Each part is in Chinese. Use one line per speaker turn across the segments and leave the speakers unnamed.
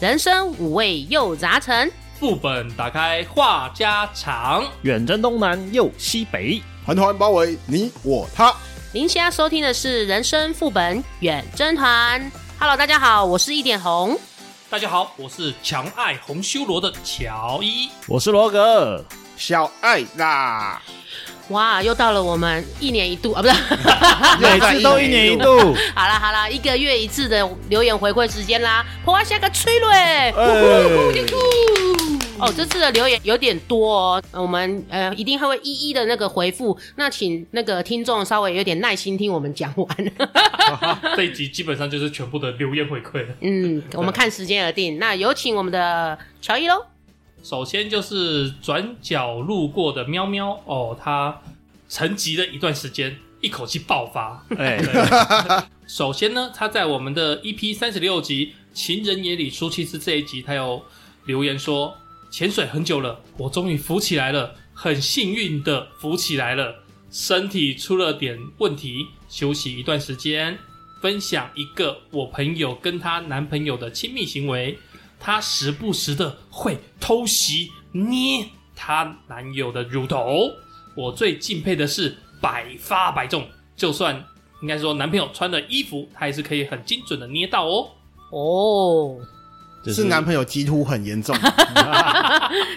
人生五味又杂陈。
副本打开话家常，
远征东南又西北，
团团包围你我他。
您现在收听的是《人生副本远征团》。Hello，大家好，我是一点红。
大家好，我是强爱红修罗的乔伊。
我是罗格。
小爱啦，
哇，又到了我们一年一度啊，不是，
每次都一年一 度，
好啦好啦，一个月一次的留言回馈时间啦，破坏下个催泪。
哎
哦，这次的留言有点多哦，呃我们呃一定还会一一的那个回复，那请那个听众稍微有点耐心听我们讲完。
啊这一集基本上就是全部的留言回馈了。
嗯，我们看时间而定。那有请我们的乔伊喽。
首先就是转角路过的喵喵哦，他沉寂了一段时间，一口气爆发。
哎，
对首先呢，他在我们的 EP 三十六集《情人眼里出西施》这一集，他有留言说：“潜水很久了，我终于浮起来了，很幸运的浮起来了，身体出了点问题，休息一段时间。”分享一个我朋友跟她男朋友的亲密行为，她时不时的会偷袭捏她男友的乳头。我最敬佩的是百发百中，就算应该说男朋友穿的衣服，他也是可以很精准的捏到 哦。
哦，
这
是男朋友几乎很严重，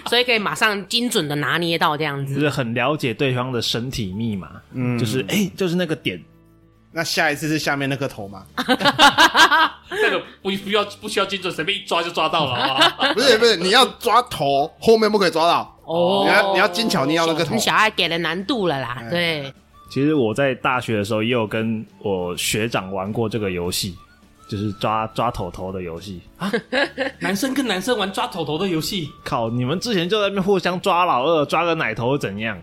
所以可以马上精准的拿捏到这样
就
子。
啊
是很了解对方的身体密码，
嗯，
就是哎、就是那个点，
那下一次是下面那个头吗？
那个不不需要不需要精准，随便一抓就抓到了 啊！
不是不是，你要抓头，后面不可以抓到。
哦
你要你要精巧捏到那个头嗯
小小爱给了难度了啦。对，
其实我在大学的时候也有跟我学长玩过这个游戏，就是抓抓头头的游戏。
男生跟男生玩抓头头的游戏，
靠，你们之前就在那边互相抓老二，抓个奶头又怎样？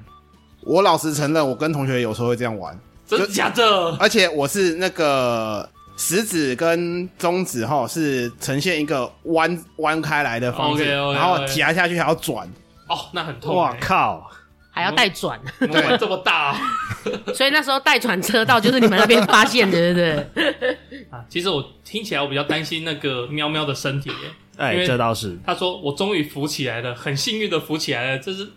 我老实承认，我跟同学有时候会这样玩，
真的假的？
而且我是那个食指跟中指哈是呈现一个弯弯开来的方式
OK，OK，OK
然后夹下去还要转，
哦，那很痛、
哇
欸！
靠！
还
嗯
要带转，
我们玩这么大啊、
所以那时候带转车道就是你们那边发现的，对 不
嗯
对？
啊其实我听起来我比较担心那个喵喵的身体、欸。
哎、
因为
这倒是
他说：“我终于浮起来了，很幸运的浮起来了。”这是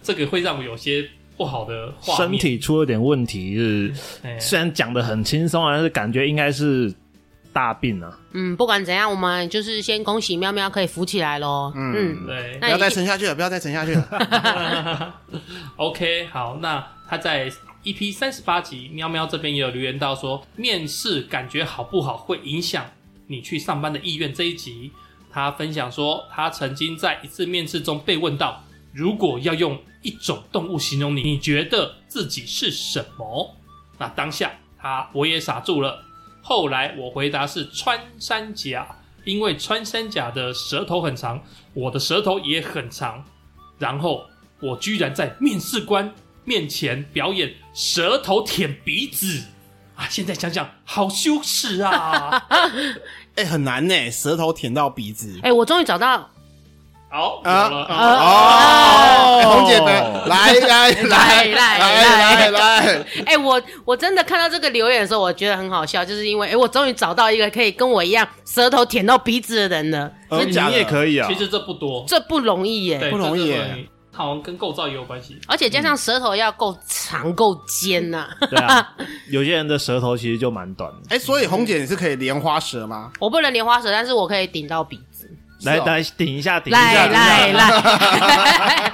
这个会让我有些不好的画
身
面。
体出了点问题，就是
哎
虽然讲的很轻松啊，但是感觉应该是大病啊。
嗯，不管怎样，我们就是先恭喜喵喵可以浮起来喽。嗯，
对
那
不要再
一
沉下去了，不要再沉下去了。
，OK，好，那他在 EP 三十八集，喵喵这边也有留言到说，面试感觉好不好会影响你去上班的意愿这一集。他分享说，他曾经在一次面试中被问到，如果要用一种动物形容你，你觉得自己是什么？那当下他我也傻住了。后来我回答是穿山甲，因为穿山甲的舌头很长，我的舌头也很长。然后我居然在面试官面前表演舌头舔鼻子啊！现在想想好羞耻 啊！
哎、很难呢、舌头舔到鼻子。
哎，我终于找到
好，有
啊
了，
哦，哎红姐的，来来来
来来
来来来，
哎、我我真的看到这个留言的时候，我觉得很好笑，就是因为哎、我终于找到一个可以跟我一样舌头舔到鼻子的人了，
呃
哦真假的
你也可以啊
其，实这不多，
这不容易耶、
对，
不容
这
易耶
不容易好像跟构造也有关系。
而且加上舌头要够长够尖呐、
对啊， 有些人的舌头其实就蛮短的。
哎、所以红姐你是可以莲花舌吗？
我不能莲花舌，但是我可以顶到鼻子。
是哦
来来顶一下，顶一下，
来
顶一下
来来，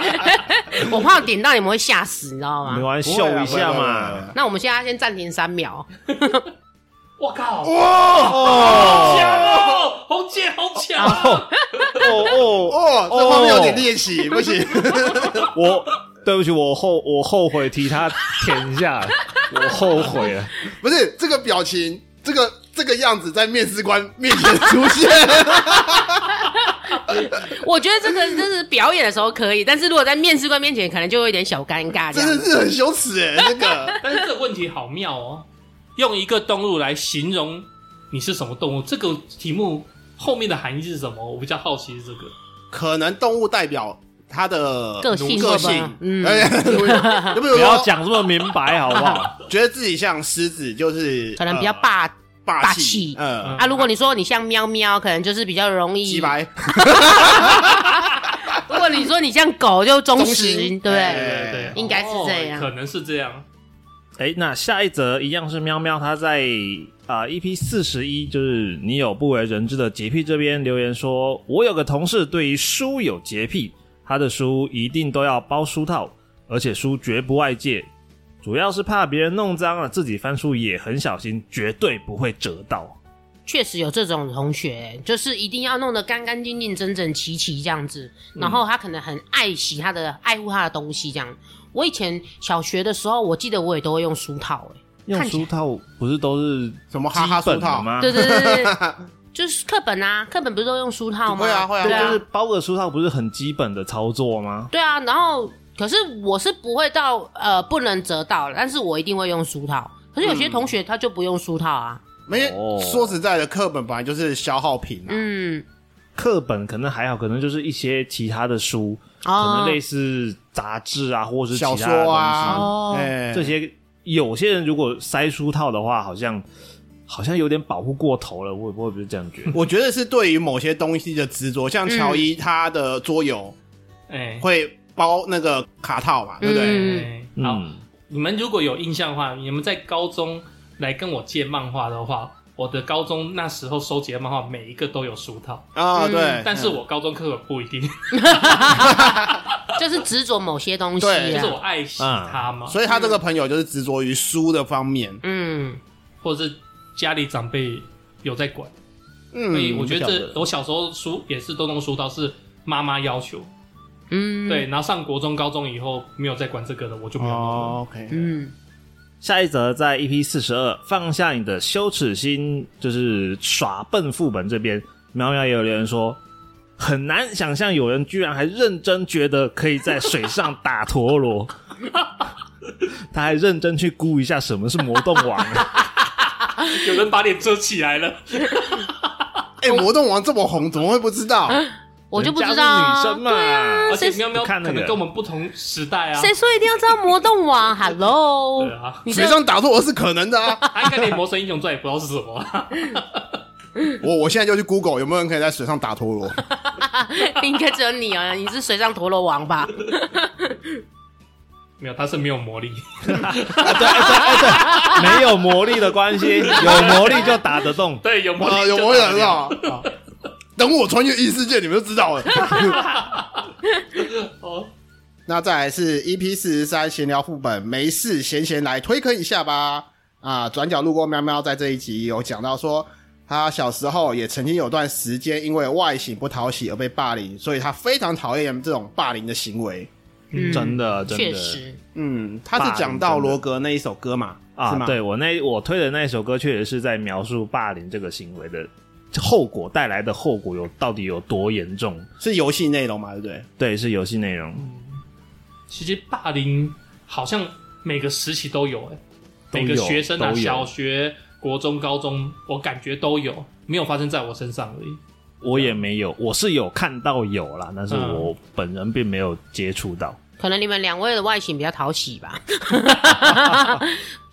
我怕我顶到你们会吓死，你知道
没啊
吗？
关系，秀一下
不会啊不会啊不
嘛
会啊。
那我们现在先暂停三秒。
我靠，好
哦
强哦，红姐好强啊！
哦哦，
哦，这方面有点练习，不行。
我对不起，我后我后悔替他舔一下， 我后悔啊了。
不是这个表情，这个这个样子在面试官面前出现，
我觉得这个就是表演的时候可以，但是如果在面试官面前，可能就会有点小尴尬这
真
样子。
的是很羞耻哎、这个
但是这个问题好妙哦，用一个动物来形容你是什么动物，这个题目后面的含义是什么？我比较好奇是这个。
可能动物代表它的
个性
个
会
性
吧，嗯
哎，有没有
不要
说
讲这么明白好不好？
觉得自己像狮子，就是呃
啊
可能比较霸
霸
霸
气
气，
嗯，
啊，如果你说你像喵喵，可能就是比较容易
鸡。白，
如果你说你像狗，就忠实，
忠心
对不对？
对对，
应该是这样
哦可能是这样。
哎，那下一则一样是喵喵，他在啊 EP 四十一，就是你有不为人知的洁癖这边留言说，我有个同事对于书有洁癖，他的书一定都要包书套，而且书绝不外借，主要是怕别人弄脏了，自己翻书也很小心，绝对不会折到。
确实有这种同学，就是一定要弄得干干净净、整整齐齐这样子。然后他可能很爱惜他的、爱护他的东西这样。我以前小学的时候，我记得我也都会用书套、欸，
用
看起
书
来
套不是都是
什么哈哈
基本
书套
的吗？
对对对对，对就是课本啊，课本不是都用书套吗？
会啊会啊
对
就是包个书套不是很基本的操作吗？
对啊，然后可是我是不会到呃不能折到，但是我一定会用书套。可是有些同学他就不用书套啊，
没
哦
说实在的，课本本来就是消耗品啊，
嗯，
课本可能还好，可能就是一些其他的书，可
哦
能类似杂志啊，或者是其
小
他的
说
东西。
啊，
哦
哎
这些有些人如果塞书套的话，好像好像有点保护过头了，我我也不是这样 觉得。
我觉得是对于某些东西的执着，像乔伊他的桌游
嗯
哎，
会包那个卡套嘛，对不对？
哎好，
嗯，
你们如果有印象的话，你们在高中来跟我借漫画的话，我的高中那时候收集的漫画每一个都有书套，
啊，对。
嗯
嗯
但是我高中课本不一定，
就是执着某些东西、
对
就是
啊，
我爱惜它嘛，
嗯
嗯所以他这个朋友就是执着于书的方面，
嗯，
或者是家里长辈有在管，所以
嗯，
我觉得
不晓
这
得
我小时候书也是都弄书套，是妈妈要求，
嗯，
对，，然后上国中、高中以后没有再管这个了，我就没有弄了。
哦，OK，
嗯，
下一则在 EP 四十二，放下你的羞耻心，就是耍笨副本这边，苗苗也有留言说。很难想象有人居然还认真觉得可以在水上打陀 螺，他还认真去估一下什么是魔动王。
有人把脸遮起来 了，
哎，魔动王这么红，怎么会不知道？
啊
我就不知
人
道、
家
啊，
是女生嘛，哦
而且
谁
喵喵
不
可
看那
能
个
跟我们不同时代啊。
谁说一定要知道魔动 王？Hello，
对啊，
你
水
这
上打坐是可能的啊！
他应该连《魔神英雄传》也不知道是什么啊、
我我现在就去 Google 有没有人可以在水上打陀螺。
应该只有你啊，你是水上陀螺王吧？
没有，他是没有魔力。
哎没有魔力的关系，有魔力就打得动。
对， 有魔力、
啊，有魔力人。啊！等我穿越异世界，你们就知 道了。
哦，
那再来是 EP 四十三闲聊副本，没事闲闲来推坑一下吧。啊，转角路过喵喵在这一集有讲到说，他小时候也曾经有段时间因为外形不讨喜而被霸凌，所以他非常讨厌这种霸凌的行为。
嗯，
真的，真的，
确实，
嗯，他是讲到罗格那一首歌嘛，是
啊！
吗？
对我那我推的那首歌，确实是在描述霸凌这个行为的后果带来的后果有到底有多严重。
是游戏内容嘛，对不对？
对，是游戏内容，
其实霸凌好像每个时期都有、欸，
都
每个
有
学生啊，
都有
小学、国中、高中，我感觉都有，没有发生在我身上而已。
我也没有，我是有看到有啦，但是
嗯
我本人并没有接触到。
可能你们两位的外形比较讨喜 吧。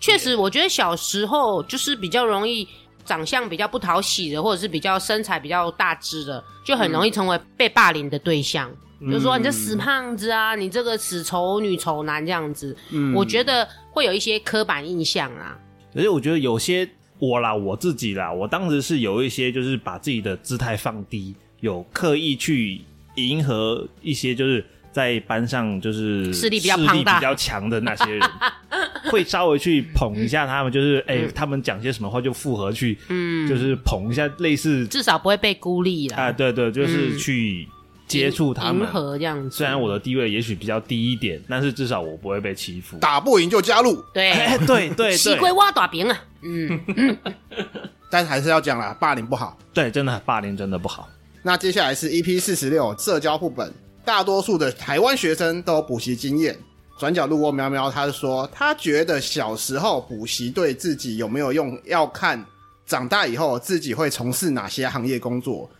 确实，我觉得小时候就是比较容易长相比较不讨喜的，或者是比较身材比较大只的，就很容易成为被霸凌的对象。
嗯
就是说你这死胖子啊，你这个死丑女、丑男这样子，
嗯
我觉得会有一些刻板印象啊啦。
而且我觉得有些我啦，我自己啦，我当时是有一些就是把自己的姿态放低，有刻意去迎合一些就是在班上就是
势力比较庞大
势力比较强的那些人，会稍微去捧一下他们，就是哎、
嗯
他们讲些什么话就附和去，
嗯，
就是捧一下，类似
至少不会被孤立啦，
啊、对对，就是
嗯
去接触他
迎
们。
合这样子。
虽然我的地位也许比较低一点，但是至少我不会被欺负。
打不赢就加入，
对
哎， 对对
西龟
对，
挖大饼啊，嗯，
但还是要讲啦，霸凌不好。
对，真的霸凌真的不好。
那接下来是 EP 四十六社交副本，大多数的台湾学生都有补习经验。转角路过喵喵，他说他觉得小时候补习对自己有没有用，要看长大以后自己会从事哪些行业工作。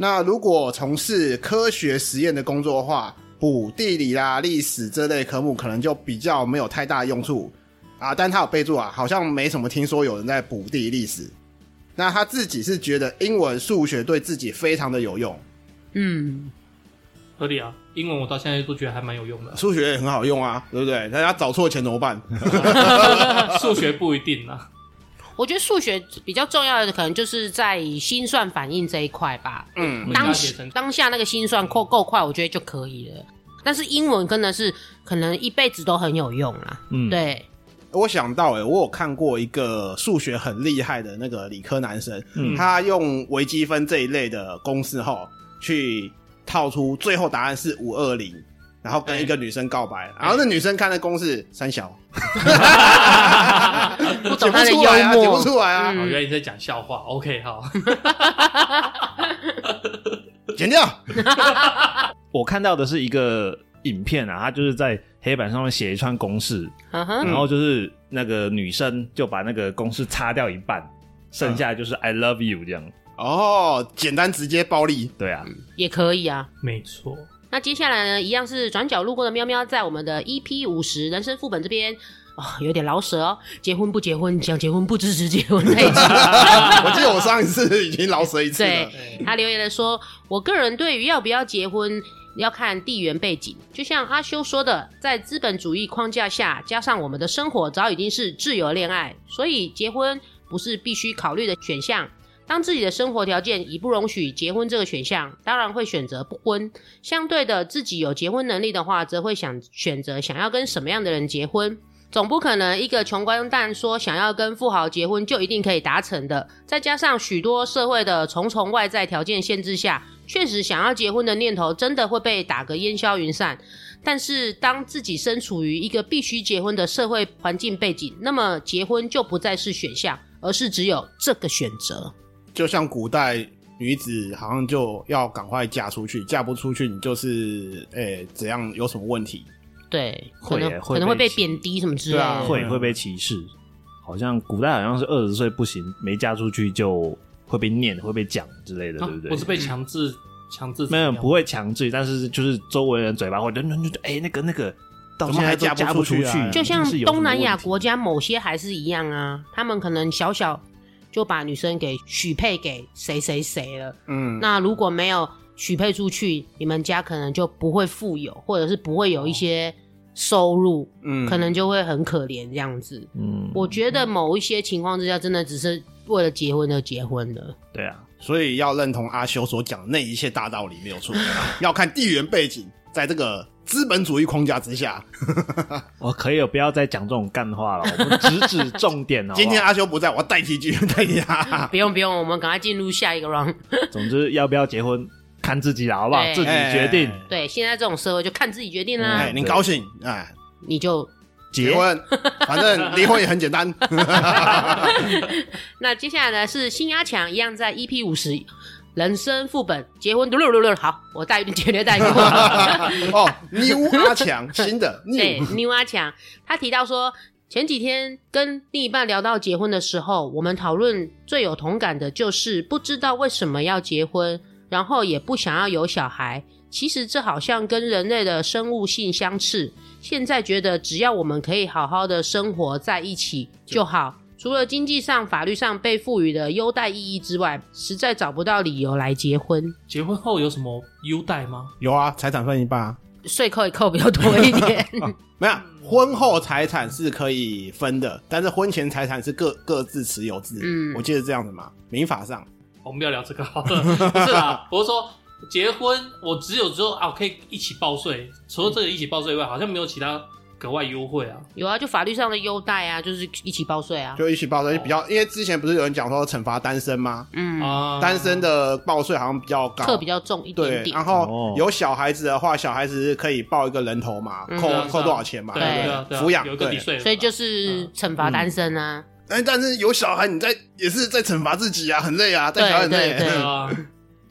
那如果从事科学实验的工作的话，补地理啦、历史这类科目可能就比较没有太大用处啊。但他有备注啊，好像没什么听说有人在补地理历史。那他自己是觉得英文、数学对自己非常的有用，，
嗯，
合理啊。英文我到现在都觉得还蛮有用的
数学也很好用啊，对不对？大家找错钱怎 么办？
数学不一定啊。
我觉得数学比较重要的可能就是在心算反应这一块吧。
嗯，
当
我觉得
时当下那个心算够够快，我觉得就可以了。但是英文真的是可能一辈子都很有用啦。
嗯，
对，
我想到诶、我有看过一个数学很厉害的那个理科男生，
嗯
他用微积分这一类的公式后去套出最后答案是五二零，然后
哎
跟一个女生告白，然后那女生看那公式三小，
不
解
懂
不
他的
出
幽
来啊，解不
默，
出来啊，
好，原来你在讲笑话。OK，好，
嗯
剪掉。
我看到的是一个影片啊，他就是在黑板上面写一串公式，
嗯哼，
然后就是那个女生就把那个公式擦掉一半，剩下就是 I love you 这样。
哦，简单直接 暴力。
对啊，
也可以啊。
没错。
那接下来呢，一样是转角路过的喵喵，在我们的 EP 五十人生副本这边哦，有点老舍哦。结婚不结婚，想结婚不支持结婚那 一集。
我记得我上一次已经老舌一次了
对。他留言了说：“我个人对于要不要结婚，要看地缘背景。就像阿修说的，在资本主义框架下，加上我们的生活早已经是自由恋爱，所以结婚不是必须考虑的选项。当自己的生活条件已不容许结婚这个选项，当然会选择不婚。相对的，自己有结婚能力的话，则会想选择想要跟什么样的人结婚。”总不可能一个穷光蛋说想要跟富豪结婚就一定可以达成的。再加上许多社会的重重外在条件限制下，确实想要结婚的念头真的会被打个烟消云散。但是当自己身处于一个必须结婚的社会环境背景，那么结婚就不再是选项，而是只有这个选择。
就像古代女子好像就要赶快嫁出去，嫁不出去你就是诶、怎样有什么问题？
对，可
会耶
能
会
可能会
被
被
起
贬低什么之类
对啊
的。
会会被歧视，好像古代好像是二十岁不行，没嫁出去就会被念、会被讲之类的，
啊
对不对？
我是被强制强制怎
没
么
有
样，
不会强制，但是就是周围人嘴巴会就就就哎那个那个，到
怎么
现在
还
都
嫁不
嫁
出
出
去啊
就像
是有什么
东南亚
问题
国家某些还是一样啊，他们可能小小就把女生给许配给谁谁谁了。
嗯，
那如果没有许配出去，你们家可能就不会富有，或者是不会有一些收入，
嗯
可能就会很可怜这样子。
嗯，
我觉得某一些情况之下，真的只是为了结婚而结婚的。
对啊，
所以要认同阿修所讲的那一切大道理没有 错，要看地缘背景，在这个资本主义框架之下，
我可以了不要再讲这种干话 了，我们直指重点哦。
今天啊
好
阿修不在，我要代替剧代替他。
不用不用，我们赶快进入下一个 round。
不好，总之要不要结婚看自己了，好不好？
对
自己决定
哎
对，现在这种社会就看自己决定啦，
哎，你高兴哎，
你就
结 婚，反正离婚也很简单。
那接下来呢是新阿强一样在 EP 五十人生副本结婚六六六六，好，我带 你绝对带过。
哦，妞阿强，新的
对
妞，，
妞阿强他提到说，前几天跟另一半聊到结婚的时候，我们讨论最有同感的就是不知道为什么要结婚，然后也不想要有小孩。其实这好像跟人类的生物性相似。现在觉得只要我们可以好好的生活在一起就好。除了经济上、法律上被赋予的优待意义之外，实在找不到理由来结婚，
结婚后有什么优待吗？
有啊，财产分一半啊。
税扣也扣比较多一点。嗯
没有，婚后财产是可以分的，但是婚前财产是各各自持有制。
嗯
我记得这样子嘛，民法上。
哦我们不要聊这个好了，不是啦，我是说结婚，我只有只有啊，我可以一起报税，除了这个一起报税以外，好像没有其他格外优惠啊。
有啊，就法律上的优待啊，就是一起报税啊。
就一起报税就比较，因为之前不是有人讲说惩罚单身吗？
嗯，
啊，
单身的报税好像比较高，
课比较重一点
对。
点
然。
哦
后有小孩子的话，小孩子可以报一个人头嘛，
嗯
扣
对啊
扣多少钱嘛，
对
不
对
啊对
对？
啊，
抚养
有一个抵
对。
税额嘛，
所以就是惩罚单身啊，
哎，但是有小孩，你在也是在惩罚自己啊，很累啊，带
对
小孩很累。
对
对啊。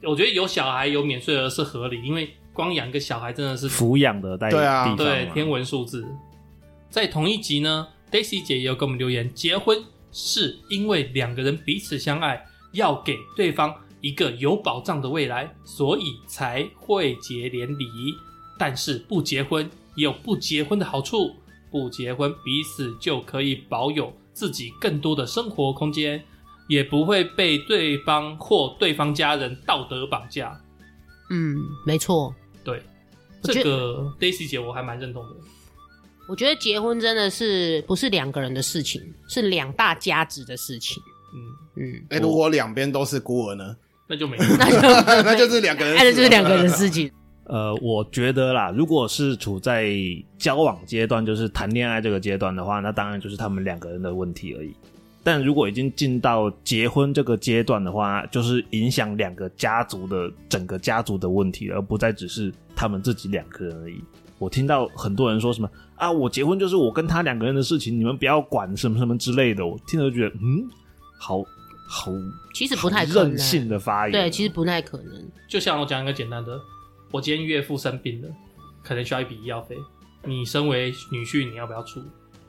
我觉得有小孩有免税额是合理，因为光养个小孩真的是
抚养的在
对啊
地方
对
嘛
天文数字。在同一集呢，Daisy 姐也有给我们留言，结婚是因为两个人彼此相爱，要给对方一个有保障的未来，所以才会结连理。但是不结婚也有不结婚的好处，不结婚彼此就可以保有自己更多的生活空间。也不会被对方或对方家人道德绑架。
嗯，没错。
对，
我觉得
这个 Daisy 姐我还蛮认同的。
我觉得结婚真的是不是两个人的事情，是两大家子的事情。
嗯，
嗯，
哎、如果两边都是孤儿 呢？
那就没有。
那就哎
那就是两个人的事
那就是两个人的事情。
呃，我觉得啦，如果是处在交往阶段，就是谈恋爱这个阶段的话，那当然就是他们两个人的问题而已。但如果已经进到结婚这个阶段的话，就是影响两个家族的整个家族的问题，而不再只是他们自己两个人而已。我听到很多人说什么啊，我结婚就是我跟他两个人的事情，你们不要管什么什么之类的，我听了就觉得嗯，好好
其实不太
好
可能
任性的发言哦，
对，其实不太可能。
就像我讲一个简单的，我今天岳父生病了，可能需要一笔医药费，你身为女婿，你要不要出？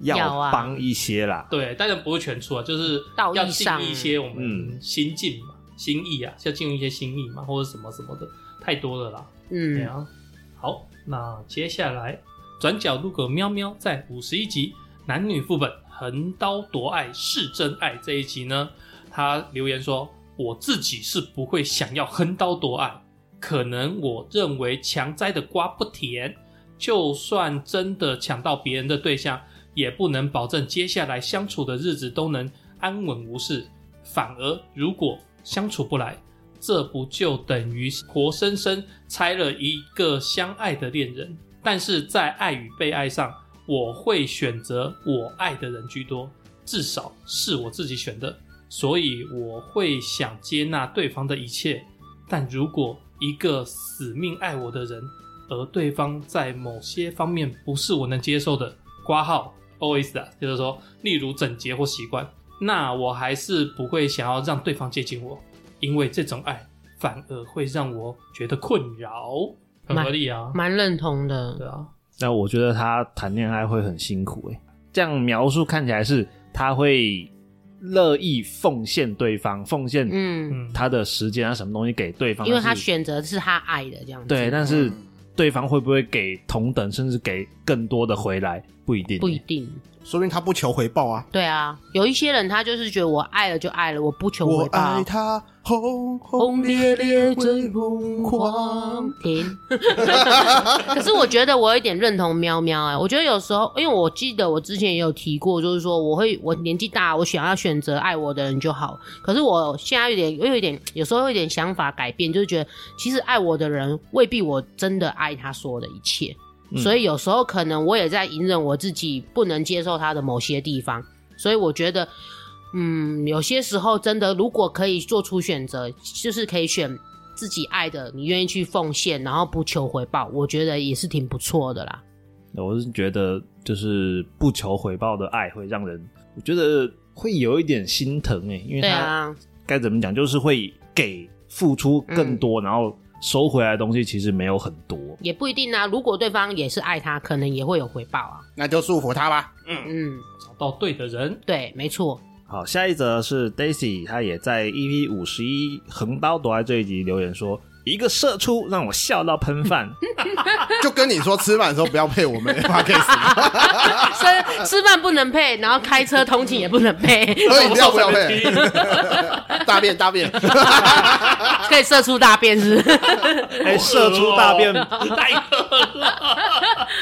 要
要
啊
帮一些啦。
对，当然不会全出啊，就是
道义
要尽
上
一些我
嗯
们心境嘛、心意啊，要进入一些心意嘛，或者什么什么的，太多了啦。对
嗯，
啊，好，那接下来转角路口喵喵在五十一集男女副本横刀夺爱是真爱这一集呢，他留言说我自己是不会想要横刀夺爱，可能我认为强摘的瓜不甜，就算真的抢到别人的对象，也不能保证接下来相处的日子都能安稳无事。反而如果相处不来，这不就等于活生生拆了一个相爱的恋人？但是在爱与被爱上，我会选择我爱的人居多，至少是我自己选的，所以我会想接纳对方的一切。但如果一个死命爱我的人，而对方在某些方面不是我能接受的，挂号 always 的，就是说，例如整洁或习惯，那我还是不会想要让对方接近我。因为这种爱反而会让我觉得困扰，很合理啊，
蛮认同的。
对啊，
那我觉得他谈恋爱会很辛苦诶、这样描述看起来是他会乐意奉献对方，奉献
嗯，
嗯，
他的时间啊，什么东西给对方，
因为他
但是
选择是他爱的这样子。
对，但是对方会不会给同等，甚至给更多的回来，不一定、欸
不一定。
说明他不求回报啊。
对啊，有一些人他就是觉得我爱了就爱了，我不求
我
回报啊
爱。他，轰
轰
轰
烈
烈
烈
烈
最
最疯狂。
停。可是我觉得我有一点认同喵喵哎、我觉得有时候，因为我记得我之前也有提过，就是说我会我年纪大，我想要选择爱我的人就好。可是我现在有点，我有一点有时候有一点想法改变，就是觉得其实爱我的人未必我真的爱他所有的一切，
嗯
所以有时候可能我也在隐忍我自己不能接受他的某些地方。所以我觉得，嗯，有些时候真的，如果可以做出选择，就是可以选自己爱的，你愿意去奉献，然后不求回报，我觉得也是挺不错的啦。
我是觉得，就是不求回报的爱会让人，我觉得会有一点心疼诶、因为
对
他
啊，
该怎么讲，就是会给付出更
嗯
多，然后收回来的东西其实没有很多。
也不一定啊。如果对方也是爱他，可能也会有回报啊。
那就祝福他 吧。
嗯，
找到对的人，
对，没 错。
好，下一则是 Daisy，她也在 EP 五十一横刀夺爱这一集留言说，一个射出让我笑到喷饭。
就跟你说，吃饭的时候不要配 我们 podcast，
吃吃饭不能配，然后开车通勤也不能配，
喝饮料不要
我
配，
不知道怎么听
大便大便。
可以射出大便是不是？
哎、射出大便，
太饿了，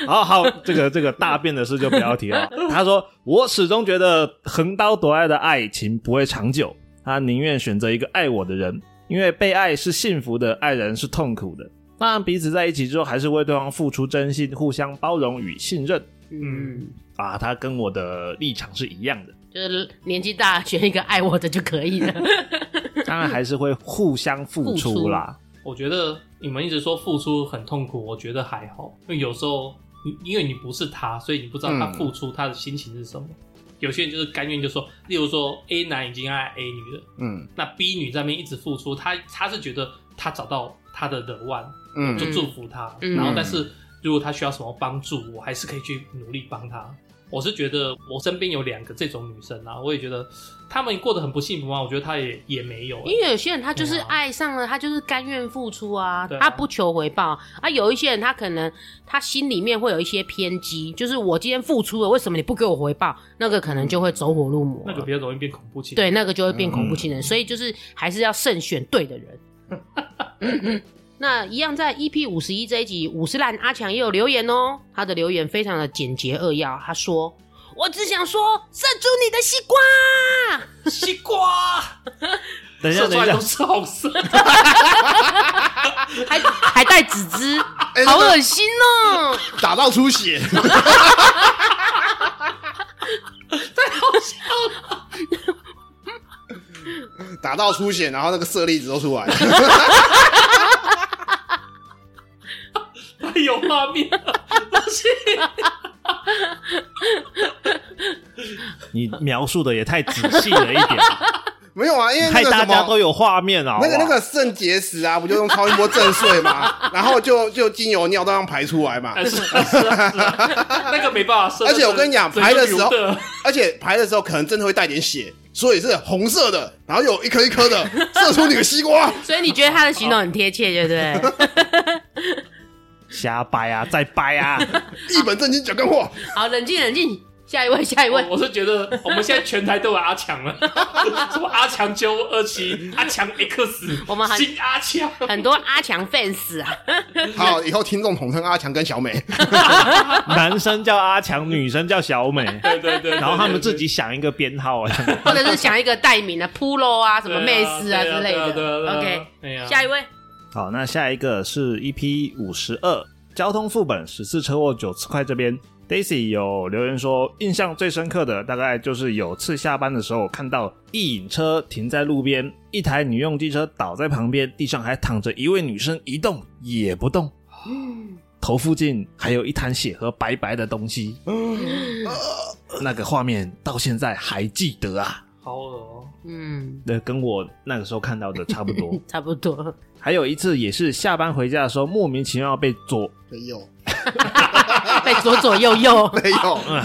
好好，这个这个大便的事就不要提了。她说，我始终觉得横刀夺爱的爱情不会长久，她宁愿选择一个爱我的人，因为被爱是幸福的，爱人是痛苦的。当然，彼此在一起之后，还是为对方付出真心，互相包容与信任
嗯，
啊。她跟我的立场是 一样的。
就是年纪大选一个爱我的就可以了。
当然还是会互相付出啦。
我觉得你们一直说付出很痛苦，我觉得还好，因为有时候你因为你不是他，所以你不知道他
嗯
付出他的心情是什么。有些人就是甘愿就说，例如说 A 男已经爱 A 女了，
嗯
那 B 女在那边一直付出，她她是觉得她找到她的 the one，
嗯
就祝福他。
嗯
然后，但是如果他需要什么帮助，我还是可以去努力帮他。我是觉得我身边有两个这种女生啊，我也觉得她们过得很不幸福吗？我觉得她也也没有、欸
因为有些人他就是
对啊
爱上了，他就是甘愿付出啊，
对啊
他不求回报啊。有一些人他可能他心里面会有一些偏激，就是我今天付出了，为什么你不给我回报？那个可能就会走火入魔
那个
了，
比较容易变嗯恐怖情人。
对，那个就会变恐怖情人。所以就是还是要慎选对的 人。嗯嗯那一样在 EP 五十一这一集，五十岚阿强也有留言哦，他的留言非常的简洁扼要，他说：“我只想说，射出你的西瓜。”
西瓜，
等一下，
射出
等
来
一下
都，是红色。
还还带纸枝，
哎
好
那个
恶心哦、
打到出 血，打到出血，然后那个色粒子都出来了。
太有哎画面了，不是
你描述的也太仔细了一点，
没有啊，因为那
害
个
大
什
家
么
都。有画面啊。
那个
好
那
不好
个肾结石啊，不就用超音波震碎嘛，然后就就精油尿道上排出来嘛，
哎是啊是啊是啊那个没办法射。
而且我跟你讲
整个
排的时候
流的
而且排的时候可能真的会带点血，所以是红色的，然后有一颗一颗的射出你的西瓜。
所以你觉得他的形容很贴切，对不对？
瞎掰啊，再掰啊，
一本正经讲干 货，
好，冷静冷静，下一位下一位
哦我，我是觉得我们现在全台都有阿强了，什么阿强九二七、阿强 X，
我们还
新阿强，
很多阿强 fans 啊，
好，以后听众统称阿强跟小美，
男生叫阿强，女生叫小美，
对对对，
然后他们自
己
己想一个编号啊。
或者是想一个代名的 polo 啊，什么妹斯啊之类的。OK，
OK
下一位，
好，那下一个是 EP 五十二，交通副本十次车祸九次快这边，Daisy 有留言说，印象最深刻的大概就是有次下班的时候看到一影车停在路边，一台女用机车倒在旁边，地上还躺着一位女生，一动也不动，头附近还有一滩血和白白的东西，那个画面到现在还记得啊，
好恶哦，
嗯，
那跟我那个时候看到的差不多。
差不多。
还有一次也是下班回家的时候，莫名其妙被左，
没有
被左左右右，
没有，
嗯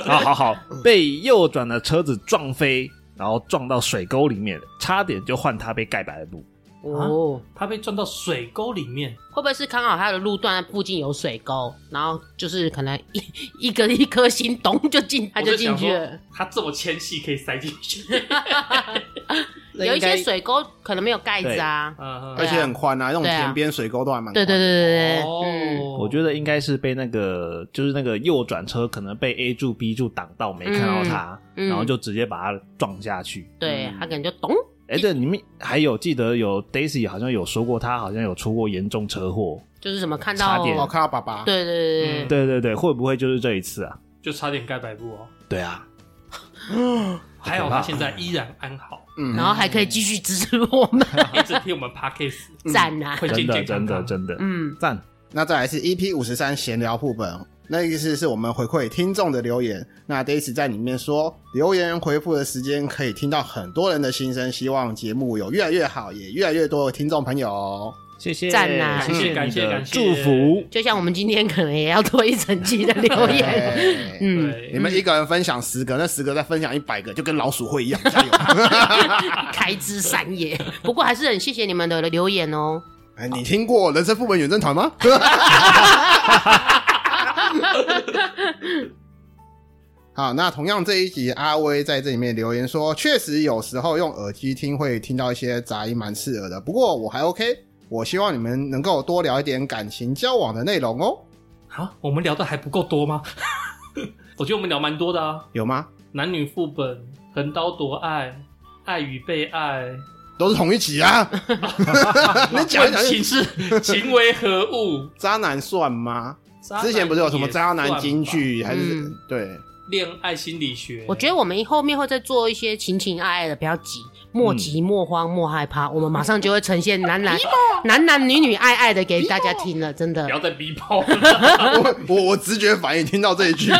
好好好，被右转的车子撞飞，然后撞到水沟里面，差点就换他被盖白布。
哦，
他被撞到水沟里面，
会不会是刚好他的路段附近有水沟，然后就是可能一一个一颗心咚就进，他
我
就
就
进
想
去
说
了。
他这么纤细可以塞进去，
有一些水沟可能没有盖子啊，
嗯
而
嗯
且很宽啊，那种
对啊
田边水沟都还蛮宽。
对对对对对，
哦
嗯，
我觉得应该是被那个就是那个右转车可能被 A 柱 B 柱挡到，没看到他，
嗯嗯
然后就直接把他撞下去。
对他可能就咚，
哎、对，你们还有记得有 Daisy 好像有说过，他好像有出过严重车祸。
就是什么看
差
到，
点
哦，看到爸爸，
对对对对
嗯
对，
对对对，会不会就是这一次啊？
就差点盖白布哦，
对啊，
还好他现在依然安好，
嗯
然，后还可以继续支持我 们，
一直听我们 podcast，
赞
嗯
啊！
会
真
健
的
健康
真的
康。
真的，
嗯，
赞。
那再来是 EP 五十三闲聊副本，那意思是我们回馈听众的留言。那 Daisy 在里面说，留言回复的时间可以听到很多人的心声，希望节目有越来越好，也越来越多的听众朋友哦。
谢谢，
赞啊
谢谢
感谢
你的
感谢
祝福。
就像我们今天可能也要多一整期的留言，
哎
嗯，
对，
你们一个人分享十个，那十个再分享一百个，就跟老鼠会一样， 加油！
开枝散叶。不过还是很谢谢你们的留言哦。
嗯
哎，你听过人生副本远征团吗？ 好，那同样这一集，阿威在这里面留言说，确实有时候用耳机听会听到一些杂音，蛮刺耳的。不过我还 OK，我希望你们能够多聊一点感情交往的内容哦，
啊，我们聊的还不够多吗？ 我觉得我们聊蛮多的啊，
有吗？
男女副本、横刀夺爱、爱与被爱、
都是同一集啊， 你讲一讲
问情是 情为何物？
渣男算吗？
渣男
之前不是有什么
也
渣男金
算吧、
句，还是、
嗯
对？
恋爱心理学？
我觉得我们后面会再做一些情情爱爱的，不要急，莫急莫慌莫害怕，我们马上就会呈现男男男男女女爱爱的给大家听了，真的
哎不。要再逼迫了。
我我我直觉反应听到这一句，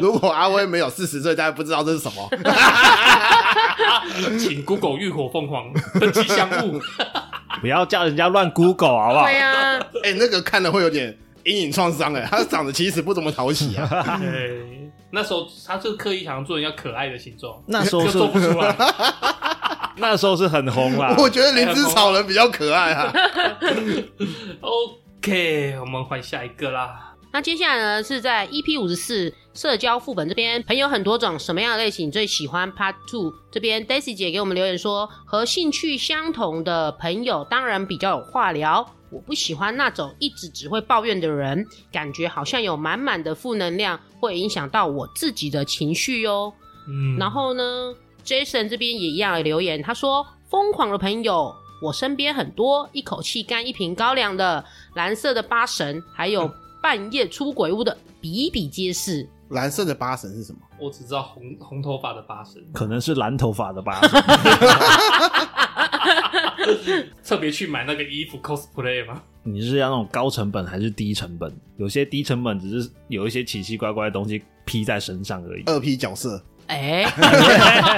如果阿威没有四十岁，大家不知道这是什么。
请 Google 浴火凤凰的 吉祥物。
啊
不要叫人家乱 Google 好不好？
对呀、
哎、那个看了会有点阴影创伤哎，他长得其实不怎么讨喜啊。。
对，那时候他就刻意想要做人家可爱的形状，
那时候
就是做不出来。
那时候是很红啦
我觉得灵芝草人比较可爱啊。
OK，我们换下一个啦。
那接下来呢是在 EP 五十四社交副本这边，朋友很多种，什么样的类型你最喜欢？Part Two 这边 Daisy 姐给我们留言说，和兴趣相同的朋友当然比较有话聊。我不喜欢那种一直只会抱怨的人，感觉好像有满满的负能量，会影响到我自己的情绪哦。
嗯，
然后呢，Jason 这边也一样的留言，他说：“疯狂的朋友，我身边很多，一口气干一瓶高粱的，蓝色的八神，还
嗯
有半夜出鬼屋的，比比皆是。
蓝色的八神是什么？
我只知道红红头发的八神，
可能是蓝头发的吧，
特别去买那个衣服 cosplay 吗？
你是要那种高成本还是低成本？有些低成本只是有一些奇奇怪怪的东西披在身上而已。
二 P 角色，
哎，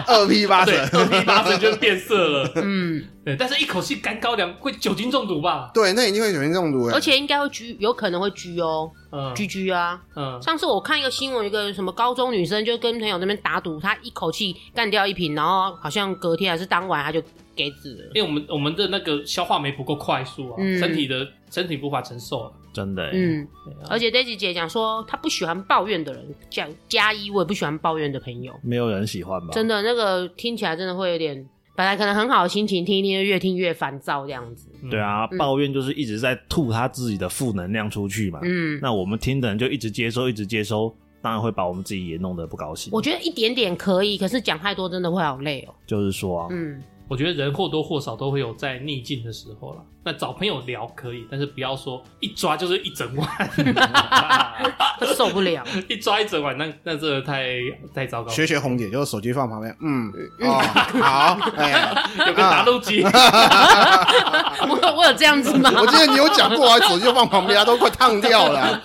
二 P 八
对，
神，
二 P 八神就是变色了。
嗯，
对，但是一口气干高粱会酒精中毒吧？
对，那一定会酒精中毒哎。
而且应该会居，有可能会居哦，
啊嗯
居居啊。
嗯，
上次我看一个新闻，有一个什么高中女生就跟朋友那边打赌，她一口气干掉一瓶，然后好像隔天还是当晚她就给子了。
因为我们我们的那个消化酶不够快速啊，
嗯
身体的身体无法承受了。
真的、欸，
嗯，
对啊
而且 Daisy 姐讲说，她不喜欢抱怨的人，讲加一，我也不喜欢抱怨的朋友。
没有人喜欢吧？
真的，那个听起来真的会有点，本来可能很好的心情，听一听越听越烦躁这样子。
嗯
对啊，抱怨就是一直在吐他自己的负能量出去嘛。
嗯，
啊那我们听的人就一直接收，一直接收，当然会把我们自己也弄得不高兴。
我觉得一点点可以，可是讲太多真的会好累哦。
就是说啊，
嗯，
我觉得人或多或少都会有在逆境的时候啦。那找朋友聊可以，但是不要说一抓就是一整晚，
会受不了。
一抓一整晚，那那真的太太糟糕了。
学学红姐，就是手机放旁边，嗯，
呃
哦，好，哎，
有个打录机，
我有我有这样子 吗？
我记得你有讲过啊，手机就放旁边啊，都快烫掉了啊。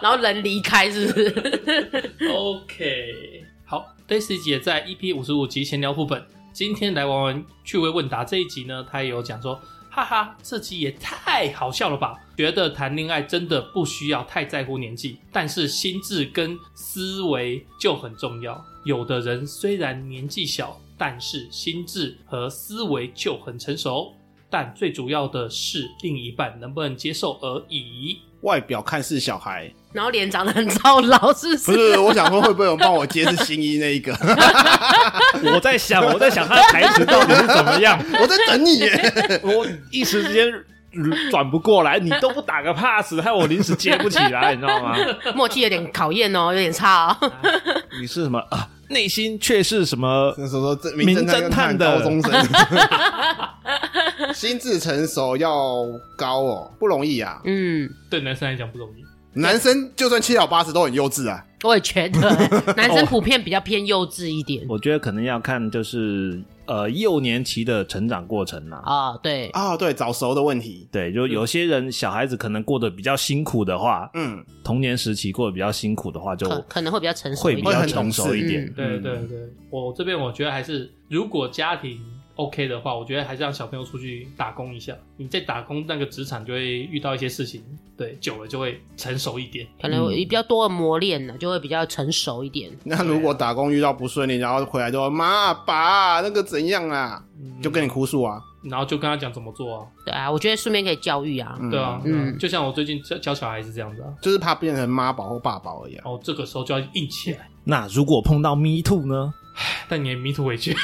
然后人离开是不是？
OK，好，Daisy 姐在 EP 五十五集闲聊副本，今天来玩玩趣味问答这一集呢，她也有讲说，哈哈，这集也太好笑了吧！觉得谈恋爱真的不需要太在乎年纪，但是心智跟思维就很重要。有的人虽然年纪小，但是心智和思维就很成熟。但最主要的是另一半能不能接受而已。
外表看似 小孩，
然后脸长得很操劳，是不
不
是？
是，我想说会不会有人帮我接是新一那一个？
我在想，我在想他的台词到底是怎么 样，
我在等你耶，
我一时之间转不过来，你都不打个 pass，害我临时接不起来，你知道吗？
默契有点考验哦，有点差
啊
哦。
你是什么啊？内心却是什么？
那时候这
名
侦
侦探
探
的
高中生，心智成熟要高哦，不容易啊。
嗯，
对男生来讲不容易。
男生就算七老八十都很幼稚啊，
我也觉得男生普遍比较偏幼稚一点
我觉得可能要看就是呃幼年期的成长过程啦、
啊。对，
啊，对，早熟的问题，
对，就有些人小孩子可能过得比较辛苦的话，
嗯，
童年时期过得比较辛苦的话，就
可可能会比较成熟
会
一
比
点。
较成熟一点。
对对
嗯，
对，我这边我觉得还是，如果家庭 OK 的话，我觉得还是让小朋友出去打工一下。你在打工那个职场就会遇到一些事情，对，久了就会成熟一点。
可能比较多的磨练呢，就会比较成熟一点。
那如果打工遇到不顺利，然后回来就说妈爸那个怎样啊，
嗯
就跟你哭诉啊，
然后就跟他讲怎么做啊，
对啊，我觉得顺便可以教育啊。
嗯
对啊，
嗯
嗯，就像我最近教教小孩子这样子啊，
就是怕变成妈宝或爸宝啊 一样。
哦，这个时候就要硬起来，
那如果碰到 Me Too 呢？
但你也迷途回去，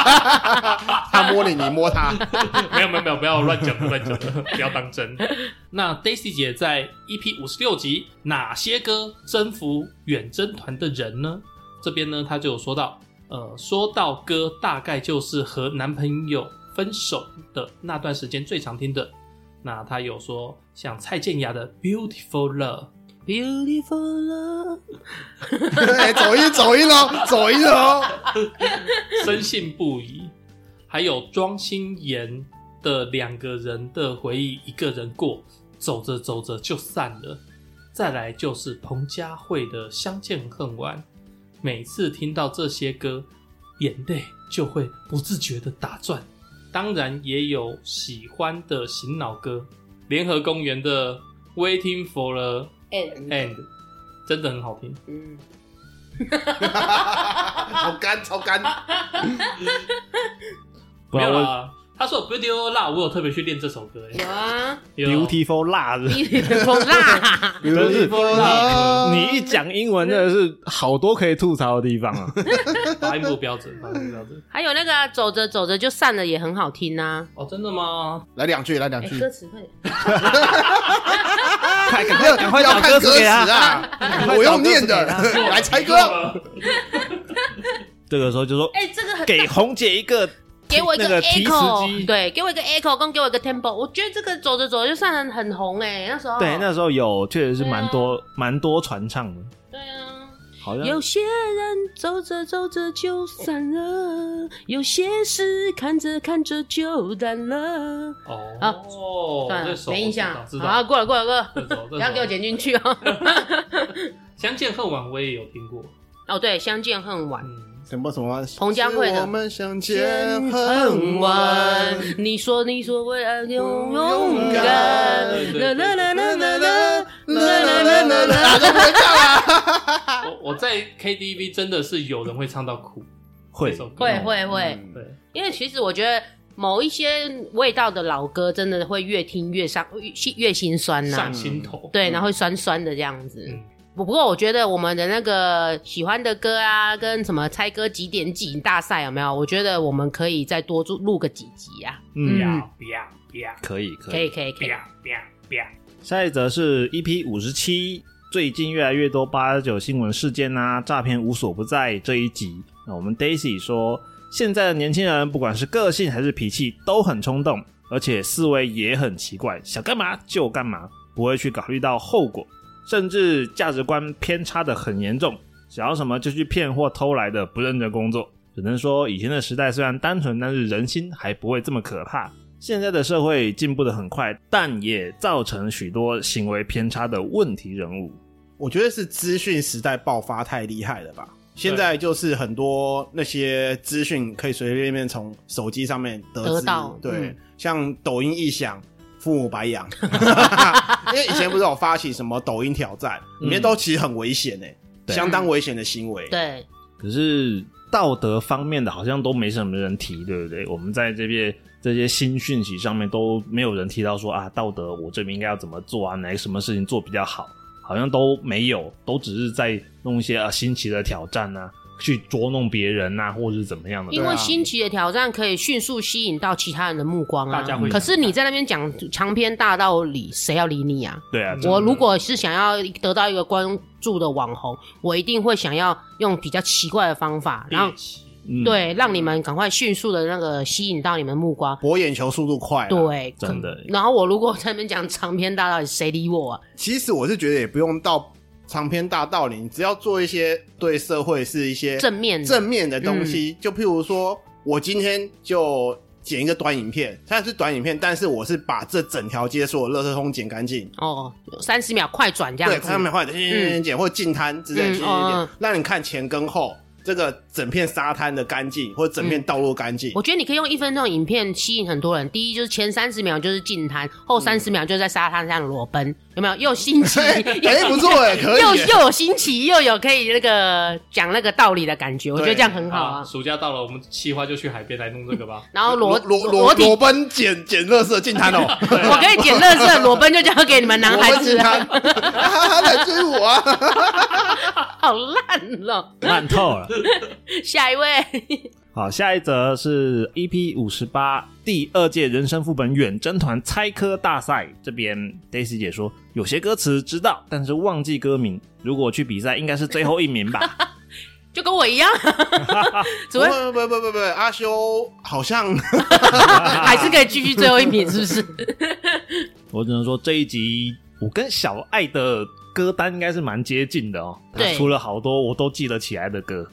他摸你，你摸他，
没有没有没有，不要乱讲乱讲，不要当真。那 Daisy 姐在 EP 五十六集哪些歌征服远征团的人呢？这边呢，她就有说到，呃，说到歌，大概就是和男朋友分手的那段时间最常听的。那她有说像蔡健雅的《Beautiful Love
Beautiful love，
哎走音走音喽，走音哦喽。》，
深信不疑，还有庄心妍的《两个人的回忆一个人过》，走着走着就散了。再来就是彭佳慧的《相见恨晚》，每次听到这些歌，眼泪就会不自觉的打转。当然也有喜欢的醒脑歌，联合公园的《 Waiting for the
哎，
End，真的很好听。
嗯，
好干，超干。
不
没
然
有
啊
我
啦，他说 Beautiful Love，我有特别去练这首歌、欸。
有啊，
有
beautiful 辣的，
一头辣，
真是
Beautiful love
你一讲英文真的是好多可以吐槽的地方啊！
发音不标准，发音不标准。
还有那个啊走着走着就散了也很好听啊。
哦，真的吗？
来两句，来两
哎，
句，
歌词快点，
快赶
哎
快赶快
要
找
看
歌
歌
词
词
给他，
啊！我用念的 来猜歌，
这个时候就说
哎，这个很
给红姐一个
给我一
那个提词
echo，
机，
对，给我一个 echo，跟给我一个 tempo，我觉得这个走着走着就散很很红哎，那时候
对，那时候有确实是蛮多蛮多传唱的，
对啊。
嗯
好像
有些人走着走着就散了，有些事看着看着就淡了。啊
哦，
算
这
了，
首
没印象
我知。道
好，
知道
过了过了过了，
这首，
不
不
要给我。剪进去哦。
相见恨晚我也有听过，
哦，对，相见恨晚，
嗯，
什么什么
彭佳慧的
是我们相见恨晚。。
你说你说为爱勇勇
勇
敢
敢，
啦啦啦啦啦啦啦啦啦啦
哪都不会唱啊！
我我在 KTV 真的是有人会唱到哭，
会
这首歌
会会会，
嗯
对，
因为其实我觉得某一些味道的老歌，真的会越听越伤，越越心
嗯
酸呐、
上心头。
对，然后会酸酸的这样子。
嗯
不不过我觉得我们的那个喜欢的歌啊，跟什么猜歌几点几大赛有没有？我觉得我们可以再多录录个几集啊。
不
嗯
嗯，
要不要不要
可以可
可以可以
不
可以
要。不要不要，
下一则是 EP 五十七，最近越来越多八九新闻事件啊，诈骗无所不在这一集。那我们 Daisy 说，现在的年轻人不管是个性还是脾气都很冲动，而且思维也很奇怪，想干嘛就干嘛，不会去考虑到后果，甚至价值观偏差的很严重，想要什么就去骗或偷来的，不认真工作。只能说以前的时代虽然单纯，但是人心还不会这么可怕。现在的社会进步的很快，但也造成许多行为偏差的问题人物。
我觉得是资讯时代爆发太厉害了吧？现在就是很多那些资讯可以随随便便从手机上面得知
得到
对，
嗯
像抖音一响，父母白 养。因为以前不是有发起什么抖音挑战，里面都其实很危险诶、
对
相当危险的行为。
对，
可是道德方面的好像都没什么人提，对不对？我们在这边这些新讯息上面都没有人提到说啊，道德我这边应该要怎么做啊，哪个什么事情做比较好，好像都没有，都只是在弄一些啊新奇的挑战啊，去捉弄别人啊，或者是怎么样的。
因为新奇的挑战可以迅速吸引到其他人的目光啊。
大家会
可是你在那边讲长篇大道理，谁要理你啊？
对啊，
嗯
我如果是想要得到一个关注的网红，我一定会想要用比较奇怪的方法，然后
猎奇
嗯，
对让你们赶快迅速的那个吸引到你们目光。
博眼球速度快啊，
对，
真
可
的
然后我如果在那边讲长篇大道理，谁理我啊？
其实我是觉得也不用到长篇大道理，你只要做一些对社会是一些
正面的嗯
正面的东西，就譬如说我今天就剪一个短影片，虽然是短影片，但是我是把这整条街所有垃圾桶剪干净。
哦，三十秒快转这
对，
样
看他
子。
们坏的，剪剪或进摊之类的，
嗯
剪
哦
剪让你看前跟后，这个整片沙滩的干净，或者整片道路干净
我。觉得你可以用一分钟影片吸引很多人。第一就是前三十秒就是进滩，后三十秒就在沙滩上裸奔，有没有？又新 奇，
哎哎，不错哎，可以
又
耶。
又有新奇，又有可以那个讲那个道理的感觉，我觉得
对
这样很好啊。
暑假到了，我们企划就去海边来弄这 个吧。
然后裸
裸
裸
裸
体，
裸奔剪剪垃圾进 摊哦，
我可以捡垃圾，裸奔就交给你们男孩子啊
裸奔进，摊，啊他来追我啊！
好烂哦。
烂透了。
下一位，
好，下一则是 EP 五十八第二届人生副本远征团猜歌大赛。这边 Daisy 姐说，有些歌词知道，但是忘记歌名。如果去比赛，应该是最后一名 吧？
就跟我一样，啊只
不
会
不不不不不，阿修好像
还是可以继续最后一名，是不是？
我只能说这一集我跟小爱的歌单应该是蛮接近的哦。她
对
出了好多我都记得起来的歌，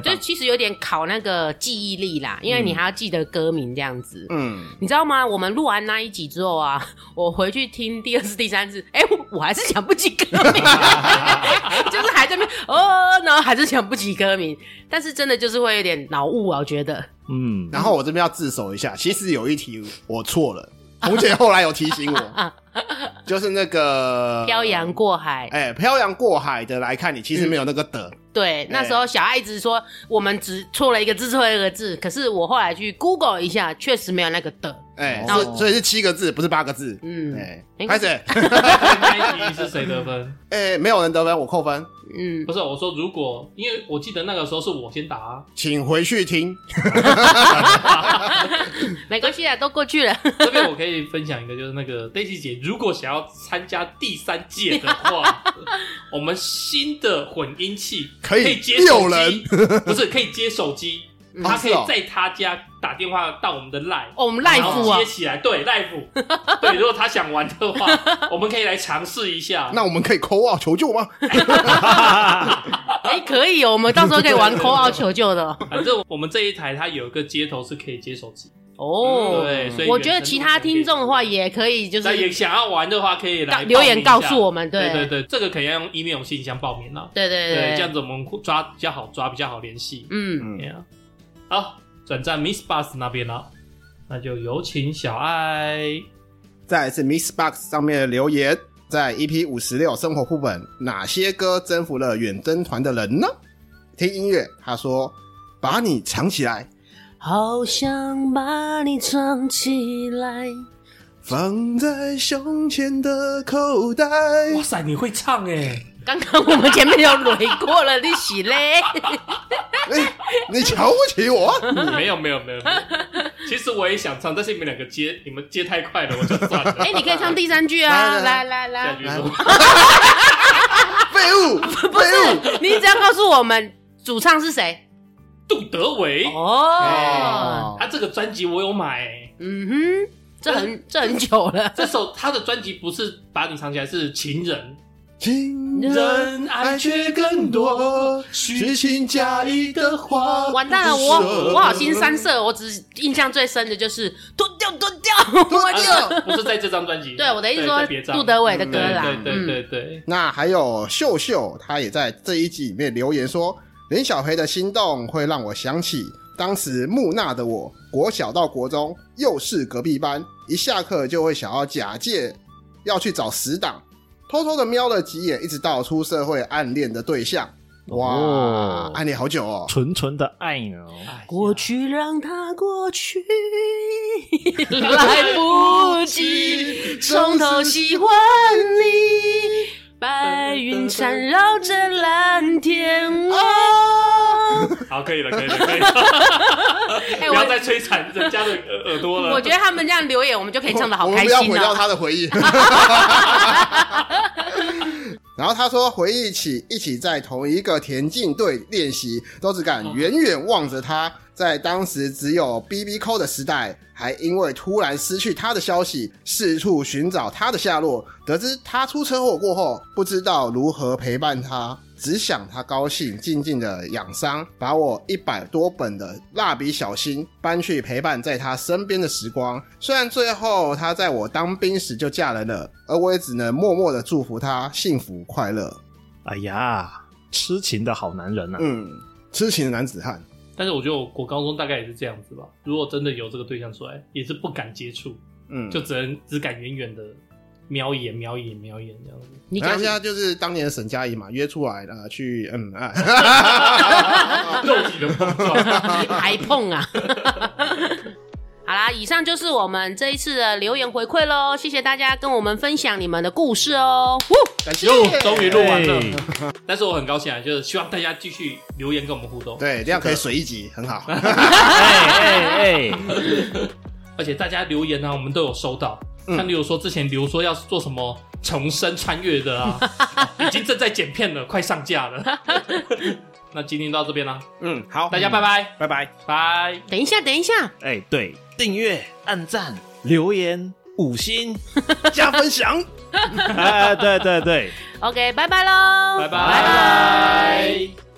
就
棒
是！其实有点考那个记忆力啦，因为你还要记得歌名这样子。
嗯。
你知道吗？我们录完那一集之后啊， 我回去听第二次、第三次，哎、我我还是想不起歌名， 就是还在那边哦，然后还是想不起歌名，但是真的就是会有点脑雾啊，我觉得。
嗯，
然后我这边要自首一下，其实有一题我错了，红姐后来有提 醒我，就是那个
漂洋，过海。
哎、漂洋过海的来看你，其实没有那个的。
嗯对，那时候小爱一直说我们只错了一个字，错了一个字。可是我后来去 Google 一下，确实没有那个的。
哎、
哦
所以所以是七个字，不是八个字。
嗯
哎、
应该
开始，
那一集是谁得分？
哎、没有人得分，我扣分，
嗯，
不是我说，如果因为我记得那个时候是我先打、啊，
请回去听。
没关系啊，都过去了。
这边我可以分享一个，就是那个 Daisy 姐，如果想要参加第三届的话，我们新的混音器
可以
以接手
六
机
人，
不是可以接手机，
嗯
她可以
哦是哦
在她家打电话到我们的 Line。
哦，我们
然
life
后
啊
接，起来，对，live，对，如果她想玩的话，我们可以来尝试一下。
那我们可以扣啊求救吗？
哎、可以哦，我们到时候可以玩 call out 求 救的哦。
反正我们这一台它有一个接头是可以接手机，
哦
对，所以
我觉得其他听众的话也可以，就
那也
是
想要玩的话，可以
告
来
留言告诉
我。
我们，
对
对
对对，这个可以用 email 信箱报名啦。
对对
对，这样子我们抓比较好抓，比较好联系。
嗯，
嗯
对，啊，好，转战 Miss Bus 那边了，那就有请小爱。
再来是 Mix Box 上面的留言，在 EP 五十六生活副本，哪些歌征服了远征团的人呢？听音乐，他说把你藏起来，
好想把你藏起来。
放在胸前的 口袋。
哇塞，你会唱哎、
刚刚我们前面有蕊过了，你洗 嘞？
哎你瞧不起我啊？
嗯没有没有没有，没有 其实我也想唱，但是你们两个接你们接太快了，我就算了。
哎、你可以唱第三句啊！来来
来
来
下去，说，
废 物，废物！
嗯你只要告诉我们主唱是谁
杜德伟，啊
哦。
他这个专辑我有买、
嗯哼，这
哎
很这很久了。
这首他的专辑不是把你藏起来，是情人。
情人
人
哎
爱却更多，虚情假意的话，
哦完蛋了，我我好心酸涩，我只印象最深的就是脱掉脱掉。
多
啊
久？
不是在这张专 辑。
对，我的意思
在
说
别张
杜德伟的歌啦。
对对
嗯
对对对，
那还有秀秀，她也在这一集里面留言说，林小培的心动会让我想起当时木讷的我，国小到国中又是隔壁班，一下课就会想要假借要去找死党，偷偷的瞄了几眼，一直到出社会暗恋的对象。哇，
哦
暗恋好久哦。
纯纯的爱呢。
哎
过去让它过去， 来不及从头喜欢你。白云缠绕着蓝天， 我
呀好，可以了，可以了，可 以了，
哎、
不要再
我
摧残人家的耳耳朵了。
我觉得他们这样留言，我们就可以唱的好开
我们
心
不要毁掉
哦、
他 的回忆。然后他说，回忆起一起在同一个田径队练习，都只敢远远望着他。在当时只有 B B 扣的时代，还因为突然失去他的消息，四处寻找他的下落。得知他出车祸过后，不知道如何陪伴他，只想他高兴，静静的养伤，把我一百多本的《蜡笔小新》搬去陪伴在他身边的时光。虽然最后他在我当兵时就嫁人了，而我也只能默默的祝福他幸福快乐。
哎呀，痴情的好男人啊呐、
嗯，痴情的男子汉，
但是我觉得我国高中大概也是这样子吧。如果真的有这个对象出来，也是不敢接触，
嗯，
就只能只敢远远的瞄一眼、瞄一眼、瞄一眼这样子。
你
然
讲
后现在啊就是当年的沈佳宜嘛，约出来呃去嗯啊，
啊肉体的碰撞，
还碰啊！好啦，以上就是我们这一次的留言回馈喽，谢谢大家跟我们分享你们的故事哦。呼
感 谢，
哟，终于录完了。
对
但是我很高兴啊，就是希望大家继续留言跟我们互动。
对，这样可以水一集，很 好。
哎哎哎，
而且大家留言呢、啊我们都有收到。
嗯
像例如说，之前留说要做什么重生穿越的 啊，已经正在剪片了，快上架了。那今天到这边啦，
嗯，好，
大家拜，拜，
拜拜。
拜。
等一下，等一下，
哎，对，订阅、按赞、留言、五 星，
加分享。
哎，对对对。
OK，拜拜喽，
拜拜
拜拜。